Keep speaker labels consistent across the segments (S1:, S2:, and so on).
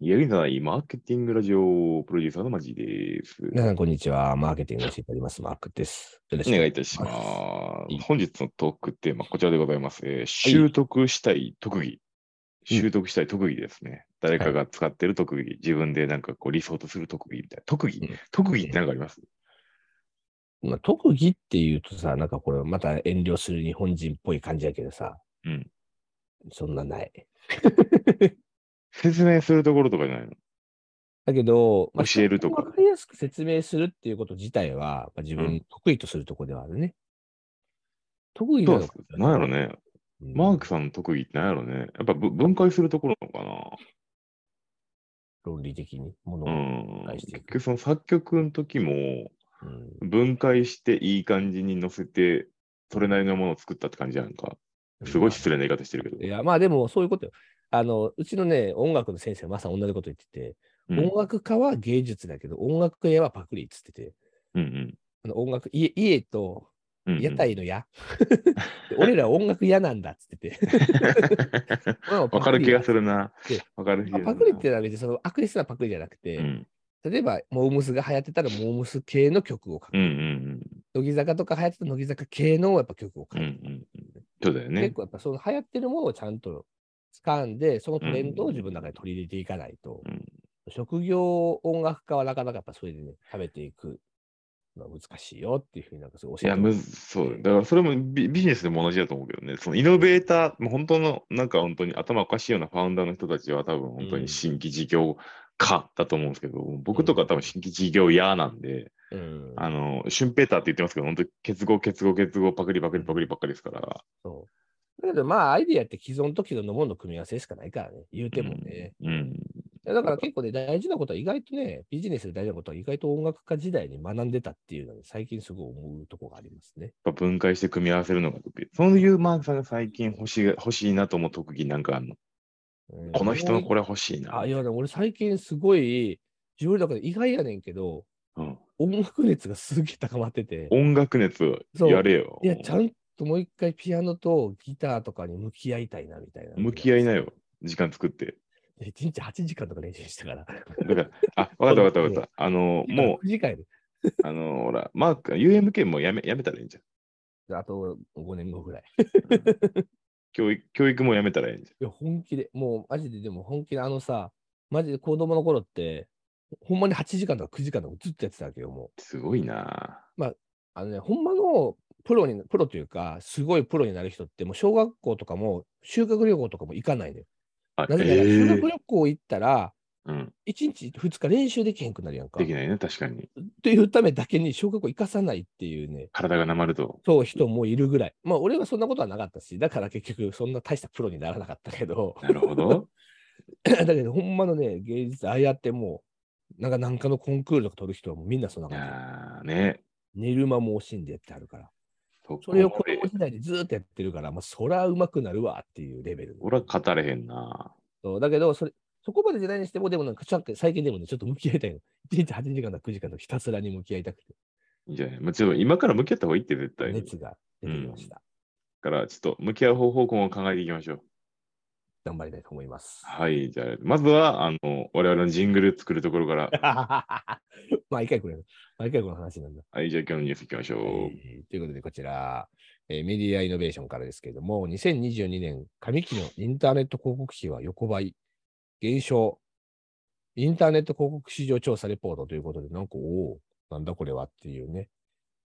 S1: やりないマーケティングラジオプロデューサーのマジです。
S2: 皆さん、こんにちは。マーケティングの教えております。マークです。よろ
S1: お
S2: しく
S1: 願いいたします。
S2: い
S1: 本日のトークテーマ、こちらでございます。えー習得したい特技。習得したい特技ですね。誰かが使ってる特技、自分でなんかこう理想とする特技みたいな。特技、
S2: うん
S1: 特技って何かあります、
S2: まあ、特技っていうとさ、なんかこれまた遠慮する日本人っぽい感じやけどさ、
S1: うん、
S2: そんなない。
S1: 説明するところとかじゃないの
S2: だけど、
S1: 教えるとか
S2: わかりやすく説明するっていうこと自体は、まあ、自分得意とするとこではあるね。得意
S1: ど
S2: な
S1: うで
S2: の
S1: すか何やろね。
S2: うん
S1: マークさんの特技って何やろね。やっぱぶ分解するところなのかな。
S2: 論理的にもの
S1: う
S2: を。
S1: ん
S2: 解し
S1: 結
S2: ていく
S1: 局その作曲の時も
S2: うん
S1: 分解していい感じに載せて、それなりのものを作ったって感じやんか。すごい失礼な言い方してるけど。
S2: いや、まあでもそういうことよ。あの、うちのね、音楽の先生はまさに同じこと言ってて、
S1: うん
S2: 音楽家は芸術だけど、音楽家はパクリっつってて、
S1: うんうん
S2: あの音楽家、家と
S1: うんうん
S2: 屋台の屋。 で俺ら音楽屋なんだっつってて。
S1: わかる気がするな
S2: で。
S1: わかる気
S2: ま
S1: がす
S2: あ
S1: るな。
S2: パクリってのは別にその悪質なパクリじゃなくて、
S1: うん
S2: 例えば、モームスが流行ってたら、モームス系の曲を書く。
S1: うんうん
S2: 乃木坂とか流行ってたら乃木坂系のやっぱ曲を
S1: うんう
S2: 書
S1: んう
S2: く。
S1: んうん。そうだよね
S2: 結。構やっぱその流行ってるものをちゃんと掴んで、そのトレンドを自分の中に取り入れていかないと、
S1: うん
S2: 職業音楽家はなかなかやっぱそれでね、食べていくのは難しいよっていうふうになんかすごい
S1: い
S2: 教え
S1: や、
S2: て
S1: むずそう。だからそれもビビジネスでも同じだと思うけどね。そのイノベーター、もう本当の、なんか本当に頭おかしいようなファウンダーの人たちは多分本当に新規事業家だと思うんですけど、僕とか多分新規事業家なんで、
S2: うん、
S1: あの、シュンペーターって言ってますけど、本当に結合、結合、結合、パクリ、パクリ、パクリばっかりですから。
S2: そう。だけどまあ、アイディアって既存と既存のものの組み合わせしかないからね、言うてもね。
S1: うん。
S2: いやだから結構ね、大事なことは意外とね、ビジネスで大事なことは意外と音楽家時代に学んでたっていうのに最近すごい思うとこがあります
S1: や
S2: ね。
S1: っぱ分解して組み合わせるのが得意。そういうマークさんが最近欲しい欲しいなと思う特技なんかあるの。
S2: うん
S1: この人のこれ欲しいな。
S2: あ、いや、でも俺最近すごい、自分の中で意外やねんけど、
S1: うん
S2: 音楽熱がすげえ高まってて、
S1: 音楽熱やれよ。
S2: いや、ちゃんともう一回ピアノとギターとかに向き合いたいなみたいな。
S1: 向き合い なよ。。時間作って。
S2: 1日8時間とか練習したか
S1: だ
S2: ら。
S1: から、 あ、わかったわかったわ かった。あの、も
S2: 9時間やで。
S1: う、あの、ほら、マーク、UMK もやめやめたらいいんじゃん。
S2: あと5年後ぐらい。
S1: 教育教育もやめたらいいんじ
S2: いや、本気で、もうマジででも本気であのさ、マジで子供の頃って、ほんまに8時間とか9時間とかずっとやってたわけよ、もう。
S1: ゃん。すごいな
S2: あのね、ほんまのプロに、プロというか、すごいプロになる人って、もう小学校とかも修学旅行とかも行かないのよ。
S1: あ、
S2: なぜなら、修
S1: え
S2: 学
S1: ー
S2: 旅行行ったら、
S1: うん。
S2: 1日2日練習できへんくなるやんか。
S1: できないね、確かに。
S2: っていうためだけに小学校行かさないっていうね、
S1: 体がなまると。
S2: そう人もいるぐらい。まあ、俺はそんなことはなかったし、だから結局、そんな大したプロにならなかったけど、
S1: なるほ ど。
S2: だけど、ほんまのね、芸術、ああやってもう、なんか、なんかのコンクールとか取る人はもうみんなそんない感じ。
S1: やーね。
S2: 寝る間も惜しんでってあるから。
S1: そ
S2: それを
S1: こ
S2: 子
S1: まで
S2: 供時代にずーっとやってるから、まあ、そらうまくなるわっていうレベル。
S1: 俺は語れへんな。
S2: そうだけど、それ、そこまで時代にしても、でもなんか、ちょっと最近でもね、ちょっと向き合いたいの。1日8時間とか9時間とかひたすらに向き合いたくて、
S1: いいんじゃないもちろん今から向き合った方がいいって絶対に。だ
S2: 熱が出てきました。
S1: からちょっと向き合う方法今後考えていきましょう。
S2: 頑張りたいと思います。
S1: はい、じゃあまずはあの我々のジングル作るところから。
S2: 毎回これ、毎回この話なんだ。
S1: はい、じゃあ今日のニュースいきましょう。
S2: えーということで、こちら、えーメディアイノベーションからですけれども、2022年上期のインターネット広告費は横ばい、減少、インターネット広告市場調査レポートということで、なんか、おお、なんだこれはっていうね、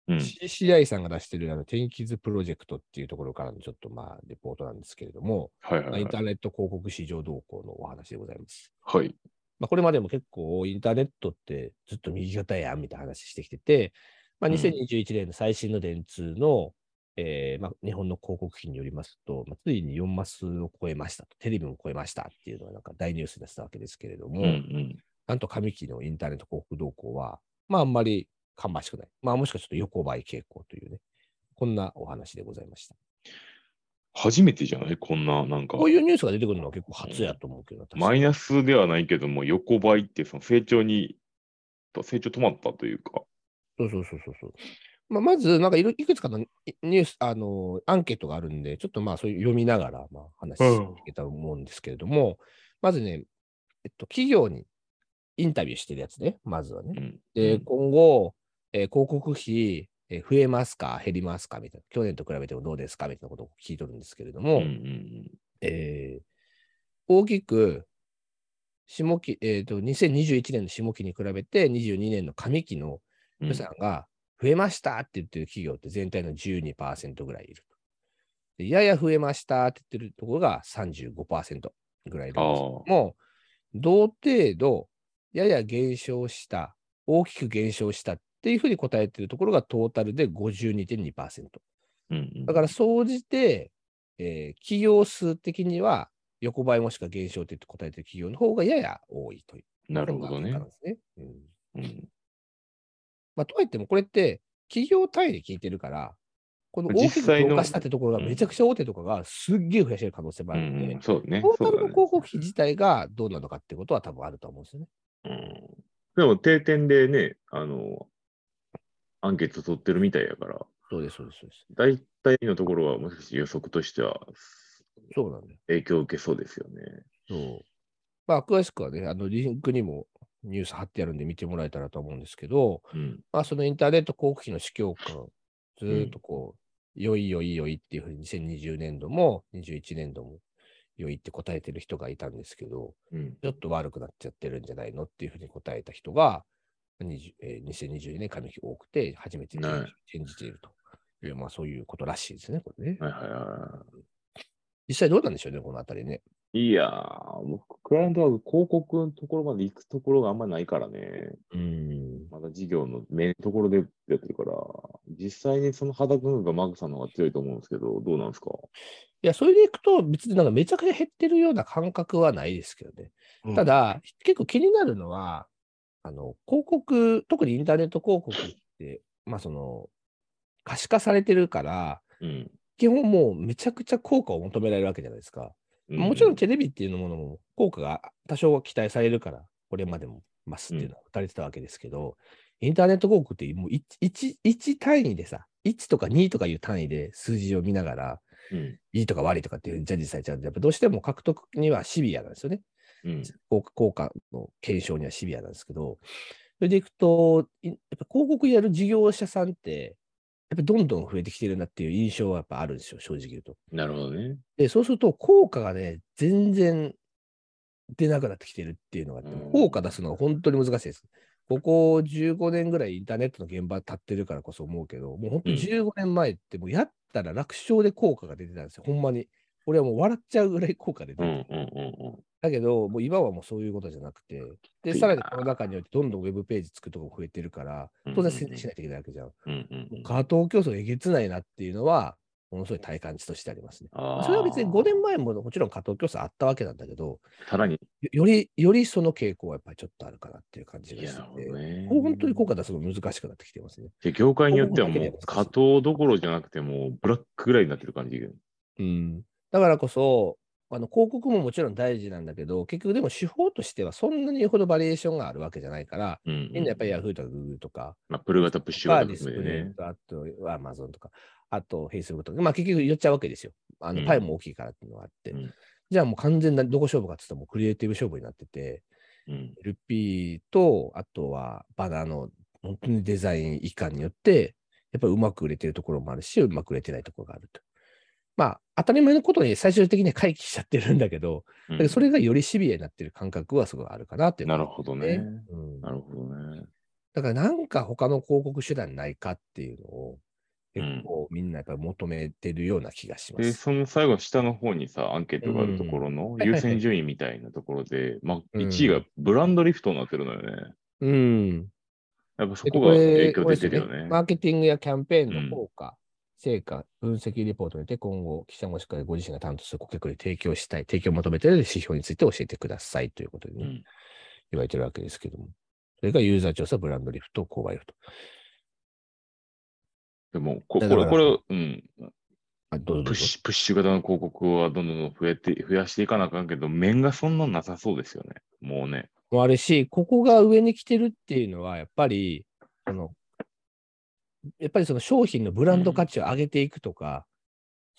S1: うん
S2: CCI さんが出してるあの天気図プロジェクトっていうところからのちょっとまあ、レポートなんですけれども、
S1: はい
S2: まあ
S1: はい
S2: イン
S1: はい
S2: ターネット広告市場動向のお話でございます。
S1: はい。
S2: まあ、これまでも結構インターネットってずっと右肩やんみたいな話してきてて、まあ、
S1: うん
S2: 2021年の最新の電通の、えーまあ、日本の広告費によりますと、まあ、ついに4マスを超えましたと、テレビも超えましたっていうのがなんか大ニュースになってたわけですけれど
S1: う
S2: も、
S1: んうん。
S2: なんと上期のインターネット広告動向は、まああんまり芳しくない。まあもしかすると横ばい傾向というね、こんなお話でございました。
S1: 初めてじゃないこんな、なんか
S2: こ。ういうニュースが出てくるのは結構初やと思うけど、私
S1: マイナスではないけども、横ばいって、その成長に、と成長止まったというか。
S2: そうそうそうそうそう。まあ、まず、なんかいろいくつかのニニュース、あのアンケートがあるんで、ちょっとまあ、そういう読みながら、まあ、話していけたらと思うんですけれども、まずね、えっと、企業にインタビューしてるやつね、まずはね。
S1: うん
S2: で、今後、えー広告費、えー増えますか減りますかみたいな。去年と比べてもどうですかみたいなことを聞いとるんですけれど
S1: う
S2: も、
S1: んうん
S2: えー大きく、下期、えっ、と、2021年の下期に比べて、22年の上期の
S1: うん
S2: 予算が増えましたって言ってる企業って全体の12%ぐらいいると。でやや増えましたって言ってるところが35%ぐらいいるんですけ
S1: ああ
S2: ども、同程度、やや減少した、大きく減少したっていうふうに答えてるところがトータルで52.2%。
S1: うんうん
S2: だから、総じて、えー企業数的には横ばいもしくは減少って答えてる企業の方がやや多いという。
S1: なるほどね
S2: これが結果なん。ですねうん
S1: うん
S2: まあ、とはいっても、これって企業単位で聞いてるから、この大き
S1: 実
S2: く
S1: 際の
S2: 増加したってところがめちゃくちゃ大手とかがすっげえ増やしてる可能性も
S1: う
S2: あるので、
S1: んうん、そうね。
S2: トータ
S1: そ
S2: ル
S1: う
S2: の
S1: だね
S2: 広告費自体がどうなのかってことは多分あると思うんですよね。
S1: うんでも定点でね、あの、アンケート取ってるみたいやから、
S2: そうです、そうです、そうです。
S1: 大体のところはもしかして予測としては
S2: そうなんだよ。
S1: 影響を受けそうですよね。
S2: そう。まあ、詳しくはね、あの、リンクにもニュース貼ってあるんで見てもらえたらと思うんですけど、
S1: うん。
S2: まあ、そのインターネット広告費の市況感、ずーっとこう、良い良い良いっていうふうに2020年度も21年度も良いって答えてる人がいたんですけど、
S1: うん。
S2: ちょっと悪くなっちゃってるんじゃないのっていうふうに答えた人が、20えー2022年上期多くて、初めて
S1: はい
S2: 転じ転じているという、まあそういうことらしいですね、これね。
S1: はいはいは
S2: 実際どうなんでしょうね、このあたりね。
S1: い。いやー、僕、クライアントは広告のところまで行くところがあんまないからね。
S2: うん。
S1: まだ事業の目のところでやってるから、実際にその肌感がマグさんの方が強いと思うんですけど、どうなんですか
S2: いや、それでいくと、別になんかめちゃくちゃ減ってるような感覚はないですけどね。た、だ、結構気になるのは、あの、広告、特にインターネット広告って、まあその、可視化されてるから、
S1: うん。
S2: 基本もうめちゃくちゃ効果を求められるわけじゃないですか。
S1: う
S2: もちろん、テレビっていうものも効果が多少は期待されるから、これまでもますっていうのは打たれてたわけですけど、インターネット広告ってもう 1, 単位でさ、1とか2とかいう単位で数字を見ながら、
S1: うん。
S2: いいとか悪いとかっていうふうにジャッジされちゃうんで、やっぱどうしても獲得にはシビアなんですよね。
S1: うん。
S2: 効果効果の検証にはシビアなんですけど、それでいくと、いやっぱ広告やる事業者さんって、やっぱどんどん増えてきてるなっていう印象はやっぱあるんですよ、正直言うと。
S1: なるほどね。
S2: で、そうすると効果がね、全然出なくなってきてるっていうのがあって、
S1: うん
S2: 効果出すのは本当に難しいです。ここ15年ぐらいインターネットの現場立ってるからこそ思うけど、もう本当
S1: うん
S2: 15年前ってもうやったら楽勝で効果が出てたんですよ、ほんまに。俺はもう笑っちゃうぐらい効果出て
S1: うん
S2: て
S1: うんうんうん。
S2: だけど、もう今はもうそういうことじゃなくて、で、
S1: いやー
S2: さらにこの中によってどんどんウェブページ作るとこ増えてるから
S1: うんうんう、ん
S2: 当然設置しないといけないわけじゃん。
S1: うんうんうん、
S2: 加藤競争えげつないなっていうのは、ものすごい体感値としてありますね。
S1: あー
S2: それは別に5年前ももちろん加藤競争あったわけなんだけど、
S1: さらに。
S2: よより、よりその傾向はやっぱりちょっとあるかなっていう感じ
S1: い
S2: が
S1: や、
S2: し
S1: な
S2: て
S1: るほど
S2: て、
S1: ね。
S2: こう本当に効果出すの難しくなってきてますね。
S1: で業界によってはも
S2: 広
S1: う、
S2: 告だ
S1: 加
S2: け
S1: 藤どころじゃなくて、もうブラックぐらいになってる感じ。
S2: うん。だからこそ、あの広告ももちろん大事なんだけど、結局でも手法としてはそんなに言うほどバリエーションがあるわけじゃないから、
S1: うんうん、
S2: みんなやっぱり Yahoo とか Google とか、
S1: まあ、プル型プッシュ
S2: まあ
S1: 型
S2: ディス
S1: 含
S2: プ
S1: め
S2: レ
S1: て
S2: イ
S1: ね。
S2: と、あと Amazon とか、あと Facebook とか、まあ結局言っちゃうわけですよ。あ
S1: う
S2: の、
S1: ん
S2: パイも大きいからっていうのがあって。
S1: うん
S2: じゃあもう完全などこ勝負かって言ったらもうクリエイティブ勝負になってて、
S1: うん。
S2: LP と、あとはバナーの本当にデザイン以下によって、やっぱりうまく売れてるところもあるし、うまく売れてないところがあると。まあ、当たり前のことに最終的には回帰しちゃってるんだけど、
S1: う
S2: だ
S1: ん
S2: けどそれがよりシビアになってる感覚はすごいあるかなっていう。
S1: なるほどね。
S2: うん
S1: なるほどね。
S2: だからなんか他の広告手段ないかっていうのを
S1: うん
S2: 結構みんなやっぱり求めてるような気がしま
S1: で、
S2: す。
S1: その最後、下の方にさ、アンケートがあるところの
S2: うん
S1: 優先順位みたいなところで、まあ、
S2: うん
S1: 1位がブランドリフトになってるのよね。
S2: うん。
S1: やっぱそ
S2: で
S1: こが影響出てるよ
S2: これです
S1: ね。
S2: マーケティングやキャンペーンの効果、成果、分析リポートにて今後、記者もしくはご自身が担当する顧客に提供したい、提供を求めている指標について教えてくださいということでね、
S1: うん
S2: 言われてるわけですけども。それがユーザー調査、ブランドリフト、購買リフト。
S1: でも、こ
S2: だ
S1: こ
S2: から
S1: れ、これ、うん、
S2: あどうぞ
S1: プ
S2: どう
S1: ッ
S2: ぞ。
S1: シュ、プッシュ型の広告はどんどんどん増えて、増やしていかなあかんけど、面がそんななさそうですよね。もうね。
S2: もあるし、ここが上に来てるっていうのは、やっぱり、その、やっぱりその商品のブランド価値を上げていくとか、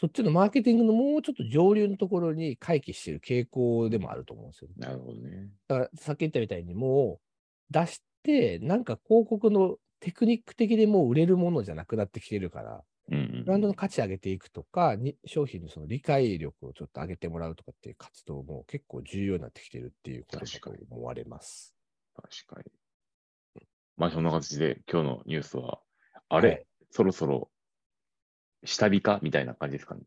S2: そっちのマーケティングのもうちょっと上流のところに回帰している傾向でもあると思うんですよ。
S1: なるほどね。
S2: だからさっき言ったみたいにもう出して、なんか広告のテクニック的でもう売れるものじゃなくなってきてるから、
S1: うんうん、
S2: ブランドの価値上げていくとか、に商品のその理解力をちょっと上げてもらうとかっていう活動も結構重要になってきてるっていうことだと
S1: 確かに
S2: 思われます。
S1: 確かに。まあ、そんな形で今日のニュースは、あれ、
S2: はい
S1: そろそろ下火かみたいな感じですかね。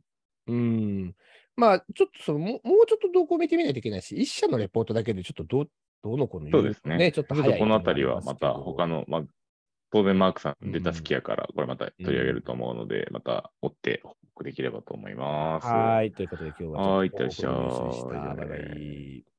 S2: うん。まあ、ちょっとそのもう、もうちょっと動向を見てみないといけないし、一社のレポートだけでちょっとどうどうのこうの
S1: そ
S2: 言
S1: うですね。
S2: ちょっと
S1: ちょっ
S2: 早い
S1: とこのあたりはまた他
S2: の。
S1: の、まあ、当然マークさん出た好きやから、これまた取り上げると思うので、また追って報告できればと思います。
S2: はい。ということで今日はちょっと
S1: はいいってらっしゃい
S2: 報告のニュースでしたバイバイ。